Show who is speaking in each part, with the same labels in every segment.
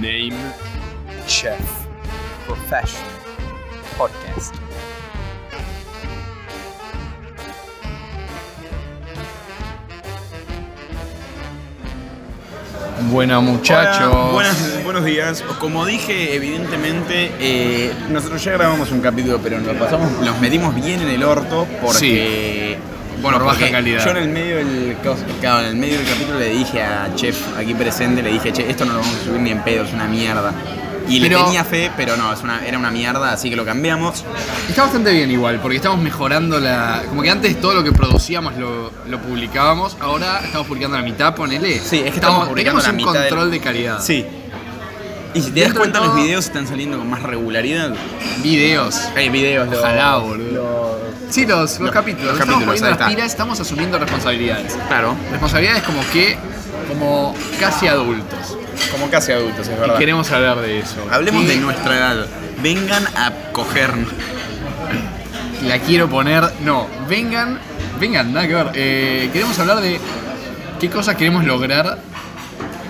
Speaker 1: Name,
Speaker 2: Chef, Profession, Podcast.
Speaker 3: Bueno muchachos.
Speaker 1: Hola, buenas- buenos días. Como dije, evidentemente, eh, nosotros ya grabamos un capítulo, pero nos pasamos, los medimos bien en el orto porque.
Speaker 3: Bueno, baja
Speaker 1: porque
Speaker 3: calidad.
Speaker 1: Yo en el medio del cos- claro, en el medio del capítulo le dije a Chef aquí presente, le dije, che, esto no lo vamos a subir ni en pedo, es una mierda. Y le
Speaker 3: Pero-
Speaker 1: tenía fe, pero no, es una, era una mierda, así que lo cambiamos.
Speaker 3: Está bastante bien igual, porque estamos mejorando la. Como que antes todo lo que producíamos lo, lo publicábamos, ahora estamos publicando la mitad, ponele.
Speaker 1: Sí, es que estamos publicando
Speaker 3: tenemos
Speaker 1: la
Speaker 3: un
Speaker 1: mitad del-
Speaker 3: control de calidad.
Speaker 1: Sí. Y si te das
Speaker 3: Dentro de
Speaker 1: cuenta, los
Speaker 3: todo-
Speaker 1: videos están saliendo con más regularidad.
Speaker 3: Videos.
Speaker 1: Hay videos, los-
Speaker 3: Ojalá, boludo. Sí, los, los
Speaker 1: Los-
Speaker 3: capítulos.
Speaker 1: los
Speaker 3: estamos
Speaker 1: capítulos,
Speaker 3: poniendo
Speaker 1: ahí
Speaker 3: las
Speaker 1: está.
Speaker 3: pilas, estamos asumiendo responsabilidades.
Speaker 1: Claro.
Speaker 3: Responsabilidades como que. como casi adultos.
Speaker 1: Como casi adultos, es verdad.
Speaker 3: Y queremos hablar de eso.
Speaker 1: Hablemos
Speaker 3: Que
Speaker 1: de nuestra edad. Vengan a cogernos.
Speaker 3: La quiero poner. No, vengan. Vengan, nada que ver. Eh, queremos hablar de qué cosas queremos lograr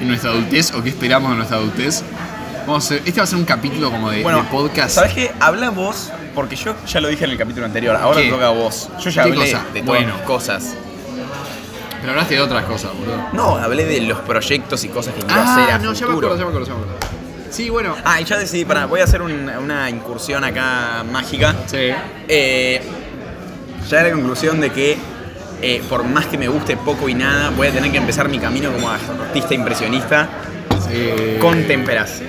Speaker 3: en nuestra adultez o qué esperamos de nuestra adultez. Vamos a hacer- este va a ser un capítulo como de, de podcast.
Speaker 1: ¿Sabes qué? Habla vos, porque yo ya lo dije en el capítulo anterior. Ahora
Speaker 3: ¿Qué?
Speaker 1: te toca a vos. Yo ya
Speaker 3: ¿Qué
Speaker 1: hablé
Speaker 3: cosa?
Speaker 1: de todas
Speaker 3: Bueno.
Speaker 1: mis cosas.
Speaker 3: Pero hablaste de otras cosas, boludo.
Speaker 1: No, hablé de los proyectos y cosas que quiero hacer
Speaker 3: Ah,
Speaker 1: a
Speaker 3: no, ya me
Speaker 1: futuro.
Speaker 3: acuerdo, ya me acuerdo, ya me acuerdo. Sí, bueno.
Speaker 1: Ah, y ya decidí, pará, voy a hacer un- una incursión acá mágica.
Speaker 3: Sí.
Speaker 1: Eh, ya la conclusión de que eh, por más que me guste poco y nada, voy a tener que empezar mi camino como artista impresionista
Speaker 3: Sí.
Speaker 1: con temperas,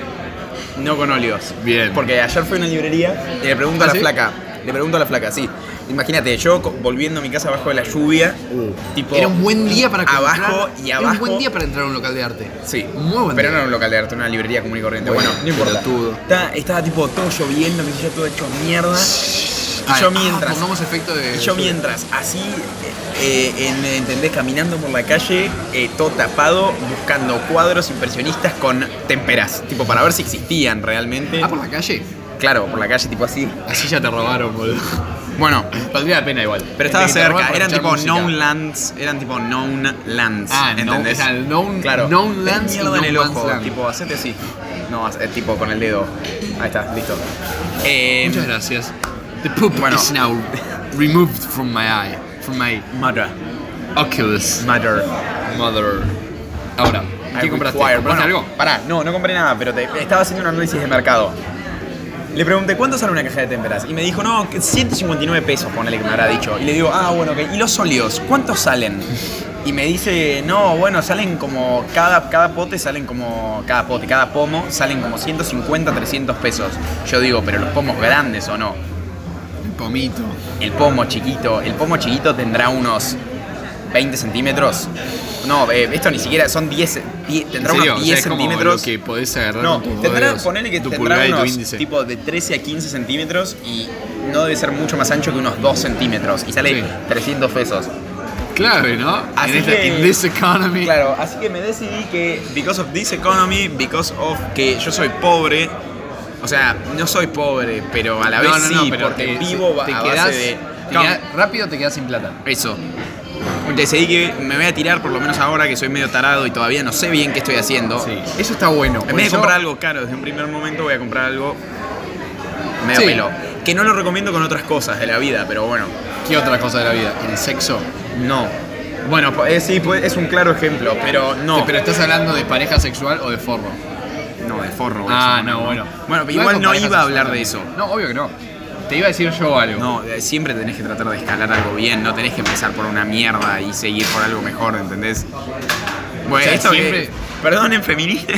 Speaker 1: no con óleos.
Speaker 3: Bien.
Speaker 1: Porque ayer fui a una librería y le pregunto
Speaker 3: ¿Ah,
Speaker 1: a la
Speaker 3: sí?
Speaker 1: flaca, le pregunto a la flaca, sí. Imagínate, yo co- volviendo a mi casa abajo de la lluvia, tipo
Speaker 3: Uh, Era un buen día para comprar.
Speaker 1: abajo y
Speaker 3: Era un
Speaker 1: abajo.
Speaker 3: buen día para entrar a un local de arte.
Speaker 1: Sí,
Speaker 3: Muy buen
Speaker 1: pero
Speaker 3: día.
Speaker 1: no era un local de arte, una librería común y corriente. Bueno,
Speaker 3: Bueno,
Speaker 1: no importa.
Speaker 3: pelotudo.
Speaker 1: Estaba, estaba tipo todo lloviendo, me yo todo hecho mierda. Y
Speaker 3: Ah,
Speaker 1: yo mientras.
Speaker 3: Ah, pongamos efecto de.
Speaker 1: Y yo mientras, así, eh, en- ¿entendés? Caminando por la calle, eh, todo tapado, buscando cuadros impresionistas con temperas, tipo para ver si existían realmente.
Speaker 3: Ah, por la calle.
Speaker 1: Claro, por la calle, tipo así.
Speaker 3: Así ya te robaron, boludo.
Speaker 1: Bueno,
Speaker 3: Valdría la pena igual.
Speaker 1: pero estaba
Speaker 3: Gente que te roba
Speaker 1: cerca,
Speaker 3: por
Speaker 1: eran
Speaker 3: escuchar música.
Speaker 1: tipo known lands, eran tipo known lands,
Speaker 3: Ah, no,
Speaker 1: ¿entendés?
Speaker 3: o sea, known-
Speaker 1: claro.
Speaker 3: known
Speaker 1: Ten
Speaker 3: lands y
Speaker 1: mierda en el
Speaker 3: no man's
Speaker 1: ojo,
Speaker 3: land.
Speaker 1: tipo, hacete así. No, hace- tipo con el dedo. Ahí está, listo. Eh,
Speaker 3: Muchas gracias. The poop
Speaker 1: Bueno.
Speaker 3: is now removed from my eye, from my
Speaker 1: Mother,
Speaker 3: oculus,
Speaker 1: mother.
Speaker 3: mother. Ahora,
Speaker 1: I
Speaker 3: ¿qué compraste?
Speaker 1: require-
Speaker 3: ¿Compraste
Speaker 1: Bueno,
Speaker 3: algo?
Speaker 1: Pará, no, no compré nada, pero te- estaba haciendo un análisis de mercado. Le pregunté, ¿cuánto sale una caja de témperas? Y me dijo, no, que 159 pesos, ponele que me habrá dicho. Y le digo, ah, bueno, ok. ¿Y los sólidos? ¿Cuántos salen? Y me dice, no, bueno, salen como, cada, cada pote salen como, cada pote, cada pomo salen como 150, 300 pesos. Yo digo, pero los pomos grandes o no.
Speaker 3: Un pomito.
Speaker 1: El pomo chiquito, el pomo chiquito tendrá unos 20 centímetros. No, eh, esto ni siquiera, son 10, 10 tendrá
Speaker 3: ¿En serio?
Speaker 1: unos
Speaker 3: O sea,
Speaker 1: 10
Speaker 3: es como
Speaker 1: centímetros.
Speaker 3: lo que podés agarrar
Speaker 1: No,
Speaker 3: con tus
Speaker 1: tendrá,
Speaker 3: dedos,
Speaker 1: ponele que
Speaker 3: tu
Speaker 1: tendrá
Speaker 3: pulgar y tu
Speaker 1: unos
Speaker 3: índice.
Speaker 1: tipo de 13 a 15 centímetros y no debe ser mucho más ancho que unos 2 centímetros y sale
Speaker 3: Sí.
Speaker 1: 300 pesos.
Speaker 3: Clave, ¿no?
Speaker 1: Así
Speaker 3: en esta-
Speaker 1: que-
Speaker 3: in this economy.
Speaker 1: Claro, así que me decidí que because of this economy, because of que yo soy pobre, o sea, no soy pobre, pero a la vez
Speaker 3: no, no,
Speaker 1: sí,
Speaker 3: no, pero
Speaker 1: porque
Speaker 3: te,
Speaker 1: vivo
Speaker 3: te
Speaker 1: a
Speaker 3: quedás,
Speaker 1: base de...
Speaker 3: te
Speaker 1: No,
Speaker 3: quedás- rápido te quedás sin plata.
Speaker 1: Eso. Decidí que me voy a tirar, por lo menos ahora que soy medio tarado y todavía no sé bien qué estoy haciendo.
Speaker 3: Eso está bueno.
Speaker 1: En vez de
Speaker 3: Por
Speaker 1: comprar
Speaker 3: eso-
Speaker 1: algo caro desde un primer momento, voy a comprar algo medio
Speaker 3: Sí.
Speaker 1: pelo. Que no lo recomiendo con otras cosas de la vida, pero bueno.
Speaker 3: ¿Qué otra cosa de la vida? ¿El sexo?
Speaker 1: No. Bueno, po- eh, sí, po- es un claro ejemplo, pero no.
Speaker 3: ¿Pero estás hablando de pareja sexual o de forro?
Speaker 1: No, de forro.
Speaker 3: Ah,
Speaker 1: eso,
Speaker 3: no, bueno.
Speaker 1: Bueno, pero igual
Speaker 3: con
Speaker 1: no
Speaker 3: pareja
Speaker 1: iba a
Speaker 3: sexual
Speaker 1: hablar de eso.
Speaker 3: también. No, obvio que no. Te iba a decir yo algo.
Speaker 1: No, eh, siempre tenés que tratar de escalar algo bien, no tenés que empezar por una mierda y seguir por algo mejor, ¿entendés? Bueno,
Speaker 3: O sea,
Speaker 1: esto que-
Speaker 3: siempre-
Speaker 1: Perdonen, feministas.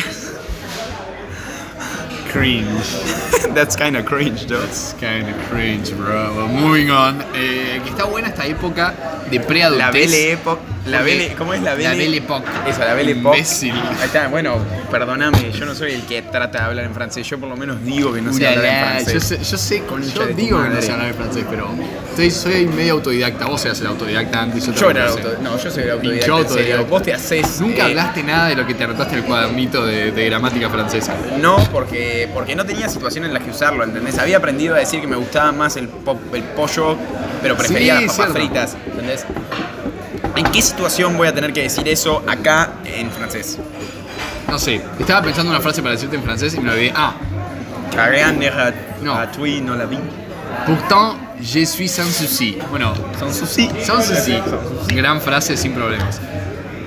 Speaker 3: Cringe.
Speaker 1: That's kinda cringe, dudes.
Speaker 3: It's kind of cringe, bro. But moving on. Eh, que está buena esta época de preadultez.
Speaker 1: La Belle Époque. La
Speaker 3: Porque-
Speaker 1: Belle, ¿Cómo es la Belle?
Speaker 3: La Belle Époque.
Speaker 1: Eso, la Belle Époque.
Speaker 3: Imbécil.
Speaker 1: Ahí está, bueno, perdóname, yo no soy el que trata de hablar en francés. Yo por lo menos digo que no sé
Speaker 3: Ulala,
Speaker 1: hablar en francés.
Speaker 3: yo sé, yo sé,
Speaker 1: Concha
Speaker 3: yo
Speaker 1: de tu
Speaker 3: digo que no
Speaker 1: madre.
Speaker 3: sé hablar en francés, pero estoy, soy medio autodidacta. Vos eras el autodidacta antes.
Speaker 1: Yo era
Speaker 3: también lo
Speaker 1: auto,
Speaker 3: sé.
Speaker 1: no, yo soy el
Speaker 3: Pinche
Speaker 1: autodidacta, en serio.
Speaker 3: autodidacta.
Speaker 1: Vos te haces.
Speaker 3: Nunca
Speaker 1: eh,
Speaker 3: hablaste nada de lo que te anotaste en el cuadernito de, de gramática francesa.
Speaker 1: No, porque, porque no tenía situación en la que usarlo, ¿entendés? Había aprendido a decir que me gustaba más el, po- el pollo, pero prefería
Speaker 3: Sí,
Speaker 1: las
Speaker 3: cierto.
Speaker 1: papas fritas, ¿entendés? ¿En qué situación voy a tener que decir eso acá en francés?
Speaker 3: No sé, estaba pensando una frase para decirte en francés y me la olvidé. Ah,
Speaker 1: Cagán era
Speaker 3: No.
Speaker 1: a Tui, no la vi.
Speaker 3: pourtant, je suis sans souci. Bueno,
Speaker 1: Son sushi.
Speaker 3: sans souci. Gran frase sin problemas.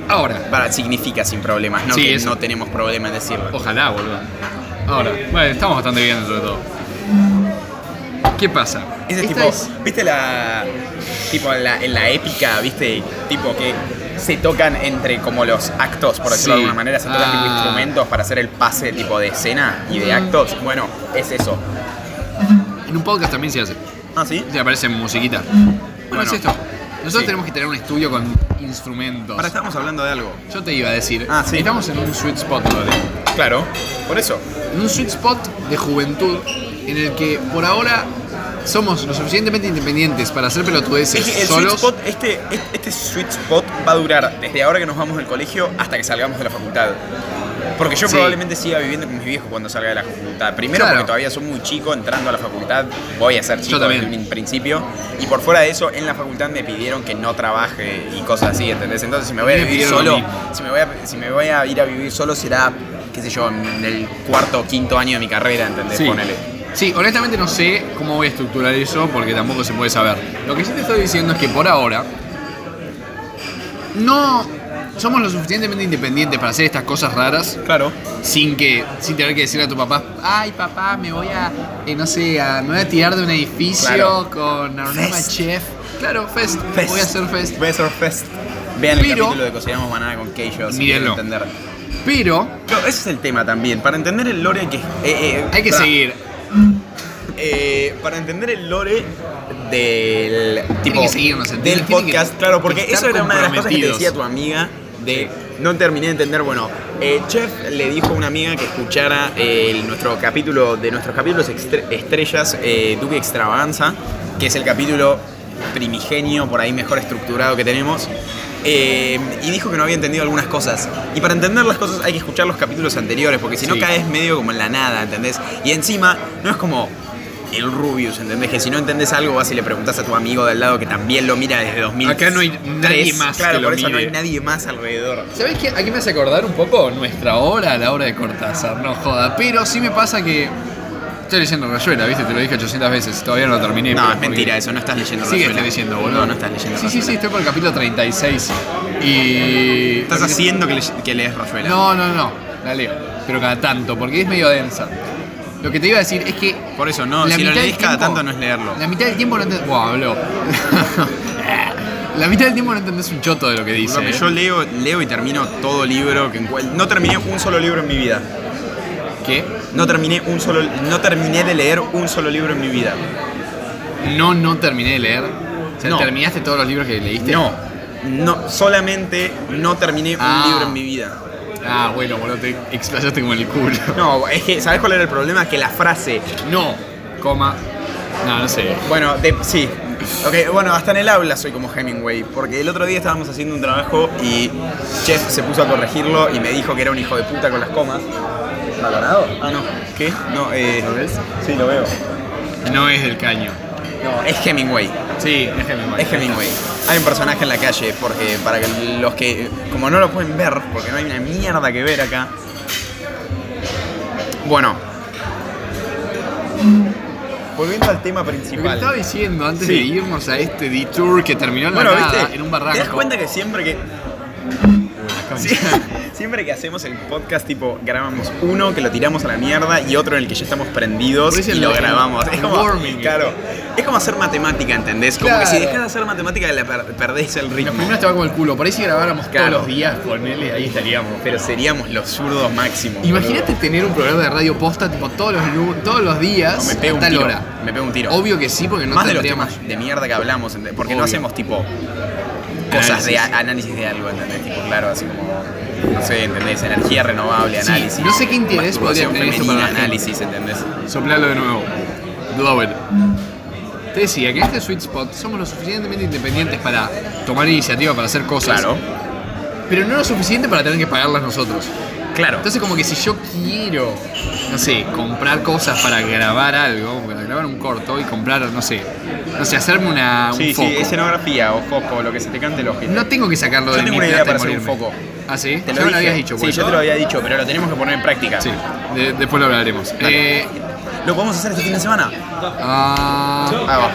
Speaker 3: Ahora,
Speaker 1: Para, significa sin problemas, no
Speaker 3: Sí,
Speaker 1: que
Speaker 3: eso.
Speaker 1: no tenemos problema en decirlo.
Speaker 3: ojalá, boludo. Ahora, bueno, estamos bastante bien dentro de todo. ¿Qué pasa?
Speaker 1: Ese
Speaker 3: Esta
Speaker 1: tipo,
Speaker 3: es-
Speaker 1: ¿viste la tipo en la, en la épica, viste, tipo que se tocan entre como los actos, por decirlo
Speaker 3: Sí.
Speaker 1: de alguna manera, se tocan tipo
Speaker 3: Ah.
Speaker 1: instrumentos para hacer el pase tipo de escena y de actos? Bueno, es eso.
Speaker 3: En un podcast también se hace.
Speaker 1: ¿Ah, sí?
Speaker 3: Te aparece musiquita. Bueno,
Speaker 1: Bueno.
Speaker 3: es esto. Nosotros
Speaker 1: Sí.
Speaker 3: tenemos que tener un estudio con instrumentos.
Speaker 1: Ahora estábamos hablando de algo.
Speaker 3: Yo te iba a decir,
Speaker 1: Ah, sí.
Speaker 3: estamos en un sweet spot todavía.
Speaker 1: Claro, por eso.
Speaker 3: En un sweet spot de juventud en el que por ahora somos lo suficientemente independientes para hacer pelotudeces
Speaker 1: Es que el
Speaker 3: solos.
Speaker 1: sweet spot, este, este sweet spot va a durar desde ahora que nos vamos del colegio hasta que salgamos de la facultad. Porque yo
Speaker 3: Sí.
Speaker 1: probablemente siga viviendo con mis viejos cuando salga de la facultad. Primero
Speaker 3: Claro.
Speaker 1: porque todavía soy muy chico, entrando a la facultad voy a ser chico
Speaker 3: también.
Speaker 1: en un principio. Y por fuera de eso, en la facultad me pidieron que no trabaje y cosas así, ¿entendés? Entonces si me voy a
Speaker 3: Me
Speaker 1: vivir
Speaker 3: pidieron lo
Speaker 1: solo,
Speaker 3: mismo.
Speaker 1: si me, voy a, si me voy a ir a vivir solo será, qué sé yo, en el cuarto o quinto año de mi carrera, ¿entendés?
Speaker 3: Sí.
Speaker 1: Ponele.
Speaker 3: Sí, honestamente no sé cómo voy a estructurar eso porque tampoco se puede saber. Lo que sí te estoy diciendo es que por ahora no somos lo suficientemente independientes para hacer estas cosas raras
Speaker 1: Claro.
Speaker 3: sin que sin tener que decirle a tu papá, ay papá, me voy a, eh, no sé, a- me voy a tirar de un edificio
Speaker 1: Claro.
Speaker 3: con Arnoma
Speaker 1: Fest.
Speaker 3: Chef. Claro, fest.
Speaker 1: Fest.
Speaker 3: Voy a hacer fest.
Speaker 1: Voy a hacer fest. Vean el
Speaker 3: Pero-
Speaker 1: capítulo de Cocinamos Banana con Keijo, si quieren
Speaker 3: Mírenlo.
Speaker 1: entender.
Speaker 3: Pero
Speaker 1: Pero ese es el tema también. Para entender el lore que. eh, eh,
Speaker 3: hay que
Speaker 1: pará.
Speaker 3: seguir.
Speaker 1: Eh, para entender el lore del tipo
Speaker 3: que seguirnos, ¿entiendes?
Speaker 1: del
Speaker 3: Tienen que-
Speaker 1: podcast, claro, porque
Speaker 3: que estar
Speaker 1: eso era una de las cosas que te
Speaker 3: comprometidos.
Speaker 1: decía tu amiga de no terminé de entender. Bueno, eh, Chef le dijo a una amiga que escuchara eh, el- nuestro capítulo de nuestros capítulos extre- estrellas eh, Duque Extravaganza, que es el capítulo primigenio por ahí mejor estructurado que tenemos. eh, y dijo que no había entendido algunas cosas. Y para entender las cosas hay que escuchar los capítulos anteriores, porque si no
Speaker 3: Sí.
Speaker 1: caes medio como en la nada, ¿entendés? Y encima, no es como el Rubius, ¿entendés? Que si no entendés algo, vas y le preguntas a tu amigo del lado que también lo mira desde 2003.
Speaker 3: Acá no hay nadie más que
Speaker 1: Claro,
Speaker 3: lo
Speaker 1: por eso no
Speaker 3: mire.
Speaker 1: hay nadie más alrededor.
Speaker 3: ¿Sabés qué? Aquí me hace acordar un poco nuestra hora a la hora de Cortázar, no joda. Pero sí me pasa que. Estoy leyendo Rayuela, viste, te lo dije 800 veces, todavía no lo terminé.
Speaker 1: No,
Speaker 3: pero
Speaker 1: es
Speaker 3: porque-
Speaker 1: mentira, eso no estás leyendo
Speaker 3: Sigue
Speaker 1: Rayuela.
Speaker 3: leyendo, boludo.
Speaker 1: No, no estás leyendo
Speaker 3: Sí, sí,
Speaker 1: Rayuela.
Speaker 3: sí, estoy por el capítulo 36. Y.
Speaker 1: Estás
Speaker 3: porque-
Speaker 1: haciendo que, le- que lees Rayuela.
Speaker 3: No, no, no, la leo. Pero cada tanto, porque es medio densa. Lo que te iba a decir es que.
Speaker 1: Por eso, no, si lo
Speaker 3: mitad del
Speaker 1: lees cada
Speaker 3: tiempo-
Speaker 1: tanto no es leerlo.
Speaker 3: La mitad del tiempo no entendés. Wow, habló. la mitad del tiempo no entendés un choto de lo que dice.
Speaker 1: Lo que
Speaker 3: ¿eh?
Speaker 1: yo leo, leo y termino todo libro que encuent- No terminé un solo libro en mi vida.
Speaker 3: ¿Qué?
Speaker 1: No terminé un solo. No terminé de leer un solo libro en mi vida.
Speaker 3: No, no terminé de leer. O sea,
Speaker 1: No.
Speaker 3: ¿terminaste todos los libros que leíste?
Speaker 1: No, no, solamente no terminé
Speaker 3: Ah.
Speaker 1: un libro en mi vida.
Speaker 3: Ah, bueno, boludo, te explayaste como el culo.
Speaker 1: No, es que, ¿sabes cuál era el problema? Que la frase,
Speaker 3: No, coma. No, no sé.
Speaker 1: bueno, de- sí. Ok, bueno, hasta en el habla soy como Hemingway, porque el otro día estábamos haciendo un trabajo y Chef se puso a corregirlo y me dijo que era un hijo de puta con las comas. ¿Valorado? Ah, no. ¿Qué? No, eh... ¿Lo ves? Sí, lo veo.
Speaker 3: No es del caño.
Speaker 1: No, es Hemingway.
Speaker 3: Sí, es Hemingway.
Speaker 1: Es Hemingway. Hay un personaje en la calle, porque para que los que, como no lo pueden ver, porque no hay una mierda que ver acá. Bueno. Volviendo al tema
Speaker 3: Lo que te
Speaker 1: principal.
Speaker 3: estaba diciendo antes
Speaker 1: Sí.
Speaker 3: de irnos a este detour que terminó en la
Speaker 1: Bueno,
Speaker 3: nada,
Speaker 1: viste,
Speaker 3: en un barranco.
Speaker 1: te das cuenta que siempre que
Speaker 3: La concha.
Speaker 1: sí, siempre que hacemos el podcast tipo grabamos uno que lo tiramos a la mierda y otro en el que ya estamos prendidos
Speaker 3: Por eso
Speaker 1: y
Speaker 3: el-
Speaker 1: lo
Speaker 3: el-
Speaker 1: grabamos.
Speaker 3: el
Speaker 1: Es como
Speaker 3: warming.
Speaker 1: claro, es como hacer matemática, ¿entendés? Como que si
Speaker 3: Claro.
Speaker 1: dejas de hacer matemática la per- perdés el ritmo.
Speaker 3: Los primeros te va como el culo. Por ahí si grabáramos
Speaker 1: Claro.
Speaker 3: todos los días con él, ahí estaríamos.
Speaker 1: Pero seríamos los zurdos máximos.
Speaker 3: Imagínate tener un programa de radio posta tipo todos los, lu- todos los días
Speaker 1: No, me pego
Speaker 3: a
Speaker 1: un
Speaker 3: tal
Speaker 1: tiro.
Speaker 3: hora.
Speaker 1: Me pego un tiro.
Speaker 3: Obvio que sí, porque no
Speaker 1: más de los
Speaker 3: tendríamos.
Speaker 1: temas de mierda que hablamos, ¿entendés? porque no
Speaker 3: Obvio.
Speaker 1: hacemos tipo cosas de
Speaker 3: Análisis.
Speaker 1: a- análisis de algo, ¿entendés? Tipo, claro, así como, no sé, ¿entendés? Energía renovable,
Speaker 3: Sí,
Speaker 1: análisis.
Speaker 3: no sé qué interés podría
Speaker 1: masturbación
Speaker 3: tener esto
Speaker 1: femenina,
Speaker 3: para la gente.
Speaker 1: análisis, ¿entendés?
Speaker 3: Soplalo de nuevo. Blow it. Te decía que en este sweet spot somos lo suficientemente independientes para tomar iniciativa, para hacer cosas.
Speaker 1: Claro.
Speaker 3: Pero no lo suficiente para tener que pagarlas nosotros.
Speaker 1: Claro.
Speaker 3: Entonces como que si yo quiero, no sé, comprar cosas para grabar algo, para grabar un corto y comprar, no sé, no sé, hacerme una, un
Speaker 1: sí,
Speaker 3: foco.
Speaker 1: sí, escenografía o foco, lo que se te cante el ojete.
Speaker 3: No tengo que sacarlo
Speaker 1: Yo
Speaker 3: de
Speaker 1: tengo
Speaker 3: mi
Speaker 1: una idea
Speaker 3: plata
Speaker 1: para
Speaker 3: y
Speaker 1: hacer un
Speaker 3: morirme.
Speaker 1: foco.
Speaker 3: ¿Ah, sí?
Speaker 1: Te
Speaker 3: ya me lo habías
Speaker 1: dije.
Speaker 3: dicho. por
Speaker 1: Sí, yo
Speaker 3: eso.
Speaker 1: te lo había dicho, pero lo tenemos que poner en práctica.
Speaker 3: Sí, de- después lo hablaremos. Eh,
Speaker 1: ¿Lo podemos hacer este fin de semana?
Speaker 3: ah,
Speaker 1: Ah, va.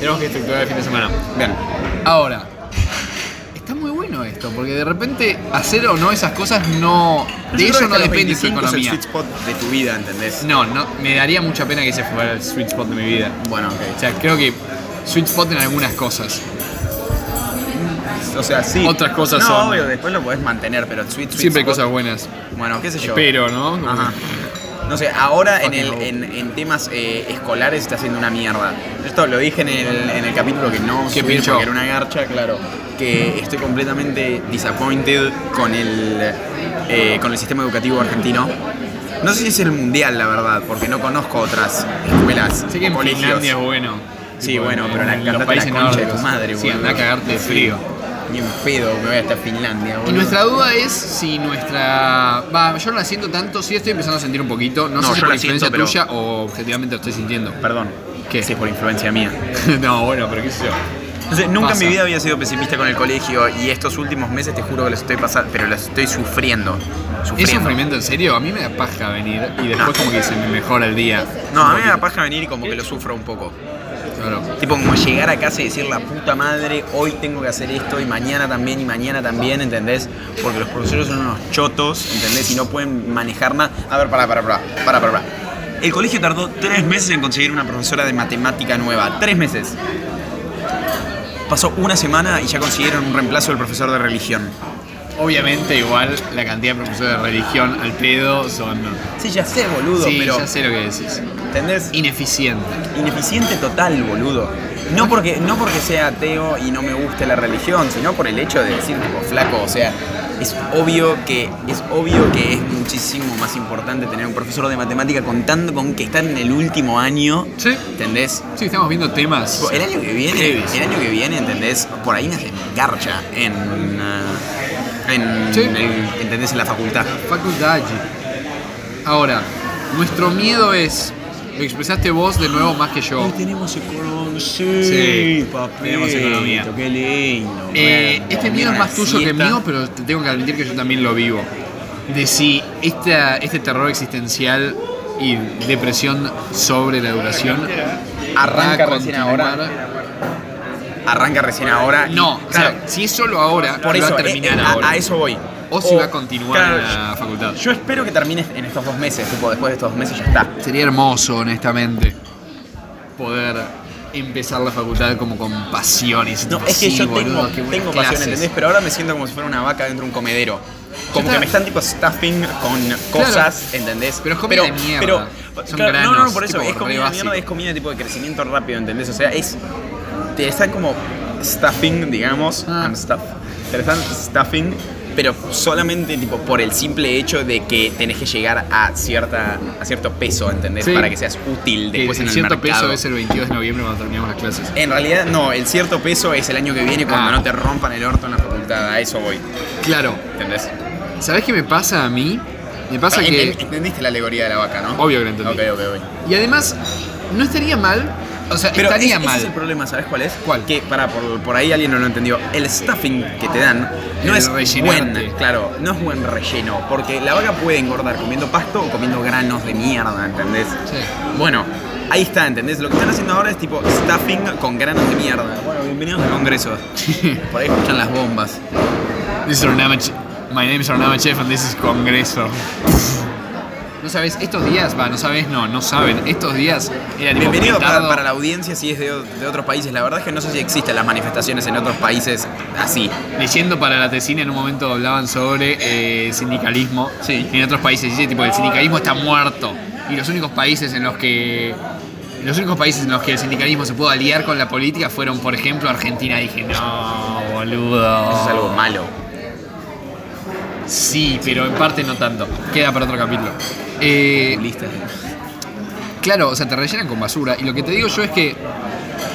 Speaker 3: tenemos que estructurar el fin de semana.
Speaker 1: Bien.
Speaker 3: Ahora, está muy bueno esto, porque de repente hacer o no esas cosas no. De
Speaker 1: Yo creo que
Speaker 3: eso no
Speaker 1: hasta los
Speaker 3: depende tu
Speaker 1: 25 es el
Speaker 3: economía.
Speaker 1: sweet spot de tu vida, ¿entendés?
Speaker 3: No, no, me daría mucha pena que ese fuera el sweet spot de mi vida.
Speaker 1: Bueno,
Speaker 3: O
Speaker 1: ok.
Speaker 3: sea, creo que sweet spot en algunas cosas.
Speaker 1: O sea, sí.
Speaker 3: Otras cosas
Speaker 1: no,
Speaker 3: son-
Speaker 1: obvio, después lo podés mantener, pero el sweet, sweet
Speaker 3: Siempre hay
Speaker 1: spot-
Speaker 3: cosas buenas.
Speaker 1: Bueno, qué sé yo.
Speaker 3: Pero, ¿no? Como
Speaker 1: Ajá. No sé, ahora en, el,
Speaker 3: Fucking
Speaker 1: en, en temas eh, escolares está haciendo una mierda. Esto lo dije en el, en el capítulo que no
Speaker 3: Qué
Speaker 1: subí
Speaker 3: pincho.
Speaker 1: porque era una garcha, claro. Que estoy completamente disappointed con el, eh, con el sistema educativo argentino. No sé si es el mundial, la verdad, porque no conozco otras escuelas.
Speaker 3: Sé que
Speaker 1: o
Speaker 3: en
Speaker 1: colegios.
Speaker 3: Finlandia es bueno.
Speaker 1: Sí,
Speaker 3: Tipo,
Speaker 1: bueno,
Speaker 3: en-
Speaker 1: pero la-
Speaker 3: en
Speaker 1: andate a
Speaker 3: los
Speaker 1: la
Speaker 3: países
Speaker 1: concha de tu
Speaker 3: nórdicos.
Speaker 1: madre,
Speaker 3: Sí,
Speaker 1: boludo.
Speaker 3: anda a cagarte de frío.
Speaker 1: Ni un pedo me voy hasta Finlandia, boludo.
Speaker 3: Y nuestra duda es si nuestra. Va, yo no la siento tanto, sí estoy empezando a sentir un poquito. No, sé
Speaker 1: No,
Speaker 3: si
Speaker 1: yo
Speaker 3: por
Speaker 1: la
Speaker 3: influencia
Speaker 1: siento,
Speaker 3: tuya
Speaker 1: pero-
Speaker 3: o objetivamente lo estoy sintiendo.
Speaker 1: Perdón.
Speaker 3: ¿Qué?
Speaker 1: Sí, por influencia mía.
Speaker 3: no, bueno, pero qué sé yo.
Speaker 1: No sé, nunca
Speaker 3: Pasa.
Speaker 1: en mi vida había sido pesimista con el colegio y estos últimos meses te juro que los estoy pasando, pero los estoy sufriendo.
Speaker 3: ¿Es
Speaker 1: Sufriendo.
Speaker 3: sufrimiento en serio? A mí me da paja venir y después como que se me mejora el día.
Speaker 1: No,
Speaker 3: Un
Speaker 1: a mí me da
Speaker 3: poquito.
Speaker 1: paja venir y como que lo sufro un poco.
Speaker 3: Claro.
Speaker 1: Tipo, como llegar a casa y decir la puta madre, hoy tengo que hacer esto y mañana también y mañana también, ¿entendés? Porque los profesores son unos chotos, ¿entendés? Y no pueden manejar nada. A ver, pará, pará, pará, pará, pará. pará. El colegio tardó tres meses en conseguir una profesora de matemática nueva. Tres meses. Pasó una semana y ya consiguieron un reemplazo del profesor de religión.
Speaker 3: Obviamente, igual la cantidad de profesores de religión al pedo son.
Speaker 1: Sí, ya sé, boludo,
Speaker 3: Sí,
Speaker 1: pero.
Speaker 3: ya sé lo que decís.
Speaker 1: ¿Entendés?
Speaker 3: Ineficiente.
Speaker 1: Ineficiente total, boludo. No porque, no porque sea ateo y no me guste la religión, sino por el hecho de decir, tipo, flaco, o sea, es obvio que es, obvio que es muchísimo más importante tener un profesor de matemática contando con que están en el último año,
Speaker 3: Sí.
Speaker 1: ¿entendés?
Speaker 3: Sí, estamos viendo temas.
Speaker 1: El año que viene, el año que viene, ¿entendés? Por ahí me hacen garcha en, eh, en,
Speaker 3: Sí.
Speaker 1: el- ¿entendés? En la facultad.
Speaker 3: Facultad. Ahora, nuestro miedo es. Lo expresaste vos de nuevo más que yo.
Speaker 1: tenemos economía. Sí,
Speaker 3: Sí, papelito, tenemos economía.
Speaker 1: Qué lindo.
Speaker 3: Eh, este miedo es más tuyo que mío, pero te tengo que admitir que yo también lo vivo. De si esta, este terror existencial y depresión sobre la duración
Speaker 1: Arranca
Speaker 3: va a
Speaker 1: recién
Speaker 3: continuar.
Speaker 1: ahora. Arranca recién ahora. y-
Speaker 3: No, o sea,
Speaker 1: claro,
Speaker 3: si es solo ahora,
Speaker 1: por
Speaker 3: va
Speaker 1: eso,
Speaker 3: a
Speaker 1: eh,
Speaker 3: terminar
Speaker 1: eh, a-
Speaker 3: ahora.
Speaker 1: A, eso voy.
Speaker 3: o si va a continuar
Speaker 1: claro,
Speaker 3: en la facultad.
Speaker 1: Yo espero que termine en estos dos meses, tipo, después de estos dos meses ya está.
Speaker 3: Sería hermoso, honestamente, poder empezar la facultad como con pasión y
Speaker 1: No, es
Speaker 3: sí,
Speaker 1: que yo
Speaker 3: boludo, qué
Speaker 1: tengo,
Speaker 3: buenas
Speaker 1: tengo pasión,
Speaker 3: clases.
Speaker 1: ¿entendés? Pero ahora me siento como si fuera una vaca dentro de un comedero. Como
Speaker 3: está.
Speaker 1: que me están tipo stuffing con cosas, ¿entendés?
Speaker 3: Pero es comida de mierda. Son granos,
Speaker 1: no, no, no, por eso.
Speaker 3: tipo,
Speaker 1: es comida
Speaker 3: re
Speaker 1: de
Speaker 3: básico.
Speaker 1: mierda, es comida tipo de crecimiento rápido, ¿entendés? O sea, es. Te están como stuffing, digamos.
Speaker 3: Ah.
Speaker 1: I'm stuff. Te están stuffing, pero solamente tipo por el simple hecho de que tenés que llegar a, cierta, a cierto peso, ¿entendés?
Speaker 3: Sí.
Speaker 1: Para que seas útil
Speaker 3: Que
Speaker 1: después
Speaker 3: el
Speaker 1: en el
Speaker 3: cierto
Speaker 1: mercado.
Speaker 3: peso es el 22 de noviembre cuando terminamos las clases.
Speaker 1: En realidad, no, el cierto peso es el año que viene cuando
Speaker 3: Ah.
Speaker 1: no te rompan el orto en la facultad, a eso voy,
Speaker 3: Claro,
Speaker 1: ¿entendés?
Speaker 3: ¿sabés qué me pasa a mí? Me pasa
Speaker 1: Enten-
Speaker 3: que...
Speaker 1: Entendiste la alegoría de la vaca, ¿no?
Speaker 3: Obvio que la entendí.
Speaker 1: Ok, ok, ok.
Speaker 3: Y además, no estaría mal, o sea,
Speaker 1: Pero
Speaker 3: estaría
Speaker 1: ese, ese
Speaker 3: mal.
Speaker 1: es el problema, ¿sabes cuál es?
Speaker 3: ¿Cuál?
Speaker 1: Que, para por, por ahí alguien no lo entendió, el stuffing que te dan no
Speaker 3: El
Speaker 1: es
Speaker 3: rellenarte.
Speaker 1: buen, claro, no es buen relleno, porque la vaca puede engordar comiendo pasto o comiendo granos de mierda, ¿entendés?
Speaker 3: Sí.
Speaker 1: Bueno, ahí está, ¿entendés? Lo que están haciendo ahora es tipo stuffing con granos de mierda. Bueno, bienvenidos al congreso. Por ahí escuchan las bombas.
Speaker 3: This is Ornama Ch- My name is Ornama Chef and this is Congreso. No sabes, estos días, va, no sabes, no, no saben. Estos días era tipo
Speaker 1: Bienvenido para,
Speaker 3: pintado-
Speaker 1: para la audiencia si es de, o- de otros países. La verdad es que no sé si existen las manifestaciones en otros países así.
Speaker 3: Leyendo para la tesina en un momento hablaban sobre eh, sindicalismo.
Speaker 1: Sí.
Speaker 3: En otros países dice tipo el sindicalismo está muerto y los únicos países en los que los únicos países en los que el sindicalismo se pudo aliar con la política fueron por ejemplo Argentina. Dije no boludo.
Speaker 1: Eso es algo malo.
Speaker 3: Sí, pero en parte no tanto. Queda para otro capítulo. Eh,
Speaker 1: Listo.
Speaker 3: Claro, o sea, te rellenan con basura. Y lo que te digo yo es que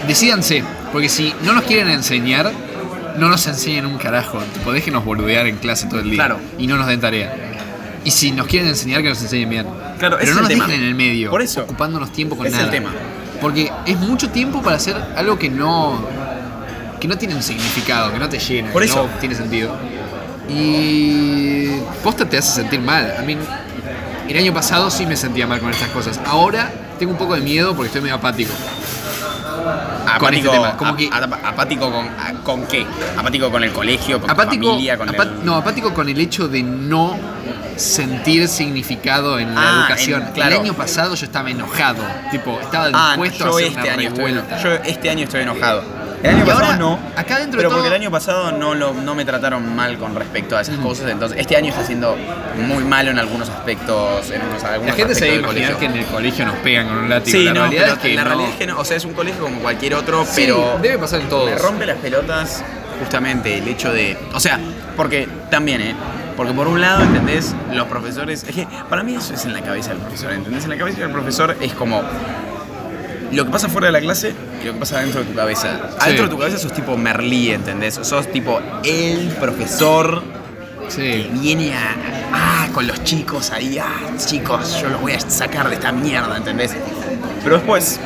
Speaker 3: decídanse, porque si no nos quieren enseñar, no nos enseñen un carajo. Tipo, déjenos boludear en clase todo el día.
Speaker 1: Claro.
Speaker 3: Y no nos den tarea. Y si nos quieren enseñar, que nos enseñen bien.
Speaker 1: Claro,
Speaker 3: Pero no
Speaker 1: ese es el
Speaker 3: nos
Speaker 1: tema.
Speaker 3: dejen en el medio.
Speaker 1: Por eso.
Speaker 3: Ocupándonos tiempo con
Speaker 1: Es el
Speaker 3: nada.
Speaker 1: tema.
Speaker 3: Porque es mucho tiempo para hacer algo que no. que no tiene un significado, que no te llena,
Speaker 1: Por
Speaker 3: que
Speaker 1: eso.
Speaker 3: no tiene sentido. Y. posta te hace sentir mal. A mí. El año pasado sí me sentía mal con estas cosas. Ahora tengo un poco de miedo porque estoy medio apático. Con este
Speaker 1: Apático,
Speaker 3: tema, como que-
Speaker 1: a- a- apático con, a- con qué? Apático con el colegio, con
Speaker 3: Apático,
Speaker 1: tu familia, con
Speaker 3: apa-
Speaker 1: el...
Speaker 3: No, apático con el hecho de no sentir significado en la
Speaker 1: Ah,
Speaker 3: educación.
Speaker 1: en- claro.
Speaker 3: El año pasado yo estaba enojado, tipo, estaba
Speaker 1: Ah, no,
Speaker 3: dispuesto
Speaker 1: yo
Speaker 3: a hacer
Speaker 1: este
Speaker 3: una
Speaker 1: año estoy
Speaker 3: revuelta.
Speaker 1: eno- yo este año estoy enojado. El año
Speaker 3: Y
Speaker 1: pasado
Speaker 3: ahora,
Speaker 1: no.
Speaker 3: acá dentro de
Speaker 1: pero
Speaker 3: todo-
Speaker 1: porque el año pasado no, lo, no me trataron mal con respecto a esas cosas, entonces este año está siendo muy malo en algunos aspectos. En unos- algunos
Speaker 3: La gente se debe
Speaker 1: aspectos del
Speaker 3: imaginar que
Speaker 1: colegio.
Speaker 3: en el colegio nos pegan con un látigo.
Speaker 1: Sí,
Speaker 3: la
Speaker 1: no,
Speaker 3: realidad
Speaker 1: pero
Speaker 3: es que
Speaker 1: la
Speaker 3: no.
Speaker 1: realidad es que no. O sea, es un colegio como cualquier otro,
Speaker 3: Sí,
Speaker 1: pero
Speaker 3: debe pasar en todos.
Speaker 1: me rompe las pelotas justamente el hecho de. O sea, porque también, ¿eh? Porque por un lado, ¿entendés? Los profesores. Es que para mí eso es en la cabeza del profesor, ¿entendés? En la cabeza del profesor es como. Lo que pasa fuera de la clase y lo que pasa dentro de tu cabeza. Adentro de tu cabeza sos tipo Merlí, ¿entendés? Sos tipo el profesor que
Speaker 3: Sí.
Speaker 1: viene a, ah, con los chicos ahí, ah, chicos, yo los voy a sacar de esta mierda, ¿entendés? Pero después,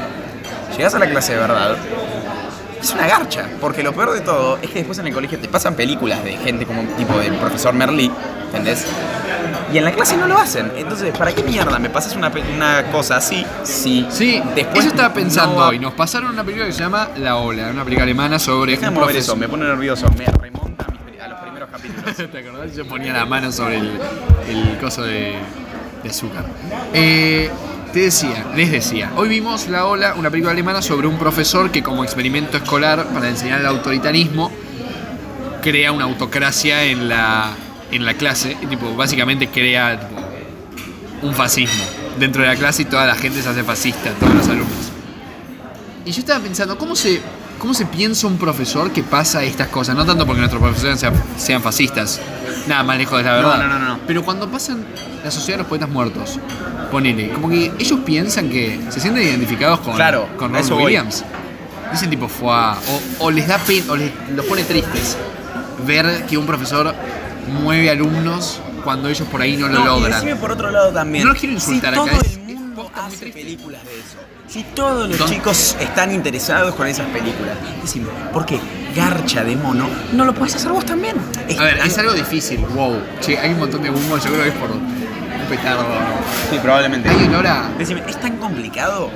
Speaker 1: llegás a la clase de verdad, es una garcha, porque lo peor de todo es que después en el colegio te pasan películas de gente como tipo del profesor Merlí, ¿entendés? Y en la clase no lo hacen. Entonces, ¿para qué mierda me pasas una, pe- una cosa así? Sí,
Speaker 3: Sí,
Speaker 1: después
Speaker 3: eso estaba pensando
Speaker 1: no va-
Speaker 3: hoy. Nos pasaron una película que se llama La Ola, una película alemana sobre
Speaker 1: Deja de
Speaker 3: un
Speaker 1: mover
Speaker 3: profesor.
Speaker 1: eso, me pone nervioso, me remonta a, mis- a los primeros capítulos.
Speaker 3: ¿Te acordás? Yo ponía la mano sobre el, el coso de, de azúcar. Eh, te decía, les decía, hoy vimos La Ola, una película alemana sobre un profesor que como experimento escolar para enseñar el autoritarismo crea una autocracia en la, en la clase. Y, tipo, básicamente crea tipo, un fascismo dentro de la clase y toda la gente se hace fascista, todos los alumnos. Y yo estaba pensando, ¿cómo se, cómo se piensa un profesor que pasa estas cosas? No tanto porque nuestros profesores sean, sean fascistas, nada más lejos de la
Speaker 1: No,
Speaker 3: verdad.
Speaker 1: no, no, no.
Speaker 3: Pero cuando pasan la sociedad de los poetas muertos, ponele, como que ellos piensan que se sienten identificados con,
Speaker 1: Claro,
Speaker 3: con
Speaker 1: a
Speaker 3: Ron
Speaker 1: eso voy.
Speaker 3: Williams. Dicen tipo, fuá, o, o les da pena, o les, los pone tristes ver que un profesor mueve alumnos cuando ellos por ahí no lo
Speaker 1: No, Y
Speaker 3: logran.
Speaker 1: decime por otro lado también.
Speaker 3: No los quiero insultar
Speaker 1: si
Speaker 3: acá,
Speaker 1: Todo
Speaker 3: es-
Speaker 1: el
Speaker 3: es
Speaker 1: mundo
Speaker 3: posta muy
Speaker 1: hace
Speaker 3: triste.
Speaker 1: películas de eso. Si todos los
Speaker 3: Entonces-
Speaker 1: chicos están interesados con esas películas, decime, ¿por qué Garcha de Mono no lo puedes hacer vos también? Es
Speaker 3: A ver,
Speaker 1: tan-
Speaker 3: es algo difícil. Wow. Che, hay un montón de humo, yo creo que es por un petardo.
Speaker 1: Sí, probablemente.
Speaker 3: Hay olor a-
Speaker 1: Decime, ¿es tan complicado?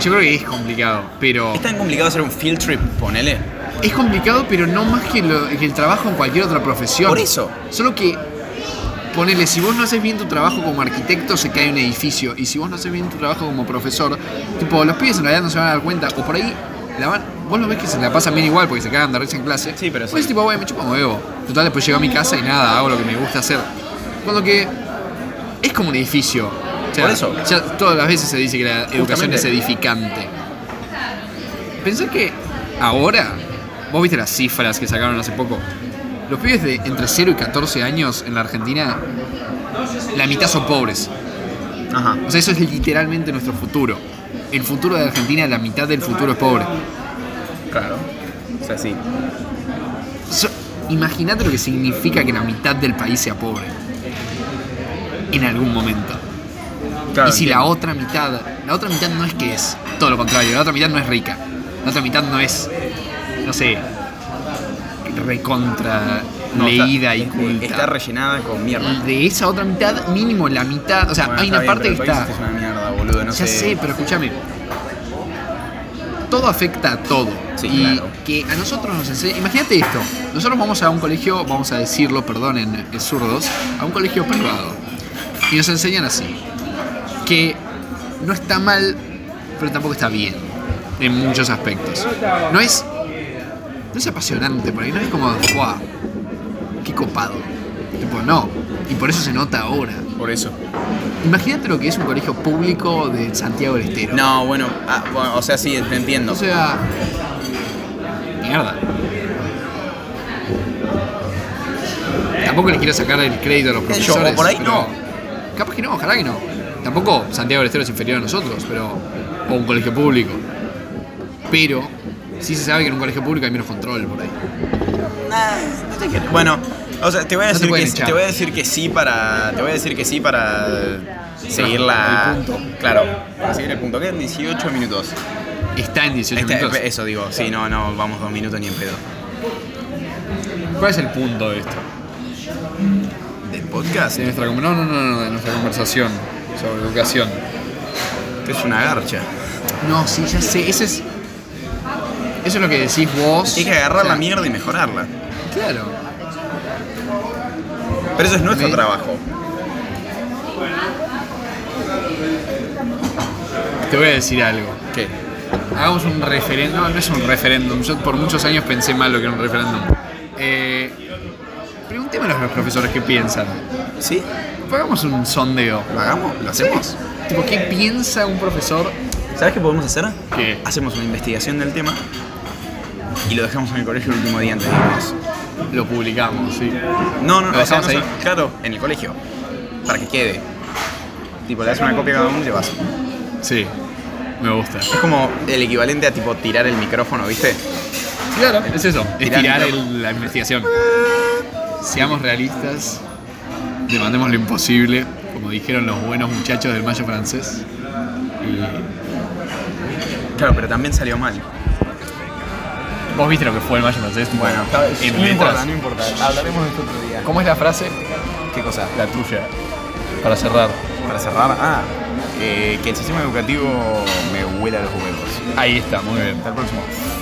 Speaker 3: Yo creo que es complicado, pero.
Speaker 1: ¿Es tan complicado hacer un field trip? Ponele.
Speaker 3: Es complicado, pero no más que, lo- que el trabajo en cualquier otra profesión.
Speaker 1: Por eso.
Speaker 3: Solo que. Ponele, si vos no haces bien tu trabajo como arquitecto, se cae un edificio. Y si vos no haces bien tu trabajo como profesor, tipo, los pibes en realidad no se van a dar cuenta. O por ahí, la van, vos lo ves que se la pasan bien igual porque se cagan de risa en clase.
Speaker 1: Sí, pero sí.
Speaker 3: Pues tipo, güey, me chupa un huevo. Total, después llego a mi casa y nada, hago lo que me gusta hacer. Cuando que es como un edificio. O sea,
Speaker 1: Por eso.
Speaker 3: Ya todas las veces se dice que la educación
Speaker 1: Justamente.
Speaker 3: es edificante. Pensá que ahora, vos viste las cifras que sacaron hace poco. Los pibes de entre 0 y 14 años en la Argentina, la mitad son pobres.
Speaker 1: Ajá.
Speaker 3: O sea, eso es literalmente nuestro futuro. El futuro de Argentina, la mitad del futuro es pobre.
Speaker 1: Claro. O sea, sí.
Speaker 3: So- Imagínate lo que significa que la mitad del país sea pobre. En algún momento. y si la otra mitad, la otra mitad no es que es, todo lo contrario, la otra mitad no es rica, la otra mitad no es, no sé, recontra
Speaker 1: No, está-
Speaker 3: leída y culta.
Speaker 1: Está rellenada con mierda.
Speaker 3: Y de esa otra mitad, mínimo la mitad, o sea,
Speaker 1: Bueno,
Speaker 3: hay
Speaker 1: está
Speaker 3: una
Speaker 1: bien,
Speaker 3: parte
Speaker 1: pero
Speaker 3: que
Speaker 1: el país
Speaker 3: está.
Speaker 1: Es una mierda, boludo. No
Speaker 3: ya sé, pero escúchame. Todo afecta a todo.
Speaker 1: Sí,
Speaker 3: y
Speaker 1: claro.
Speaker 3: que a nosotros nos enseña. Imagínate esto. Nosotros vamos a un colegio, vamos a decirlo, perdonen, eh, zurdos, a un colegio privado. Y nos enseñan así. Que no está mal, pero tampoco está bien. En muchos aspectos. No es. No es apasionante por ahí, no es como, ¡guau! ¡Qué copado! Tipo, no. Y por eso se nota ahora.
Speaker 1: Por eso.
Speaker 3: Imagínate lo que es un colegio público de Santiago del Estero.
Speaker 1: No, bueno, ah, bueno, o sea, sí, te entiendo.
Speaker 3: O sea. Mierda. Tampoco le quiero sacar el crédito a los
Speaker 1: Yo,
Speaker 3: profesores.
Speaker 1: o por ahí
Speaker 3: pero-
Speaker 1: no.
Speaker 3: Capaz que no, ojalá que no. Tampoco Santiago del Estero es inferior a nosotros, pero. O un colegio público. Pero. Sí se sabe que en un colegio público hay menos control por ahí.
Speaker 1: Bueno, O sea, te voy
Speaker 3: No
Speaker 1: a
Speaker 3: te
Speaker 1: decir,
Speaker 3: pueden
Speaker 1: que,
Speaker 3: echar.
Speaker 1: te voy a decir que sí para. Te voy a decir que sí para seguir
Speaker 3: el
Speaker 1: la.
Speaker 3: punto.
Speaker 1: Claro, para seguir el punto. Quedan 18 minutos.
Speaker 3: Está en 18
Speaker 1: Este-
Speaker 3: minutos.
Speaker 1: eso digo, sí, no, no, vamos dos minutos ni en pedo.
Speaker 3: ¿Cuál es el punto de esto?
Speaker 1: ¿Del podcast?
Speaker 3: De nuestra, com- no, no, no, no, de nuestra conversación sobre educación.
Speaker 1: Esto es una garcha.
Speaker 3: No, sí, ya sé. Ese es. Eso es lo que decís vos.
Speaker 1: Hay que agarrar
Speaker 3: O sea,
Speaker 1: la mierda y mejorarla.
Speaker 3: Claro.
Speaker 1: Pero eso es nuestro
Speaker 3: Me-
Speaker 1: trabajo.
Speaker 3: Te voy a decir algo.
Speaker 1: ¿Qué?
Speaker 3: Hagamos un referéndum. No, no es un referéndum. Yo por muchos años pensé mal lo que era un referéndum. Eh, preguntémosle a los profesores qué piensan.
Speaker 1: ¿Sí?
Speaker 3: Hagamos un sondeo.
Speaker 1: ¿Lo hagamos? ¿Lo hacemos?
Speaker 3: Tipo, ¿qué piensa un profesor?
Speaker 1: ¿Sabes qué podemos hacer?
Speaker 3: ¿Qué?
Speaker 1: Hacemos una investigación del tema y lo dejamos en el colegio el último día antes de irnos.
Speaker 3: Lo publicamos, sí.
Speaker 1: No, no,
Speaker 3: ¿Lo
Speaker 1: o sea,
Speaker 3: dejamos
Speaker 1: no,
Speaker 3: ahí?
Speaker 1: no, Claro, en el colegio. Para que quede. Tipo, le das una copia a cada uno y llevas. Es
Speaker 3: Sí. Me gusta.
Speaker 1: como el equivalente a tipo tirar el micrófono, ¿viste?
Speaker 3: Claro, es eso. Es
Speaker 1: Tirar
Speaker 3: tirar
Speaker 1: el-
Speaker 3: el- la investigación. Seamos realistas, demandemos lo imposible, como dijeron los buenos muchachos del Mayo francés. Y-
Speaker 1: Claro, pero también salió mal.
Speaker 3: ¿Vos viste lo que fue el Mayo francés? tipo, en
Speaker 2: no
Speaker 3: letras.
Speaker 2: importa, no importa. Hablaremos de esto otro día.
Speaker 3: ¿Cómo es la frase?
Speaker 2: ¿Qué cosa?
Speaker 3: La tuya. Para cerrar.
Speaker 1: Para cerrar, ah, eh, que el sistema educativo me huela los huevos.
Speaker 3: Ahí está, muy bien.
Speaker 1: Hasta el próximo.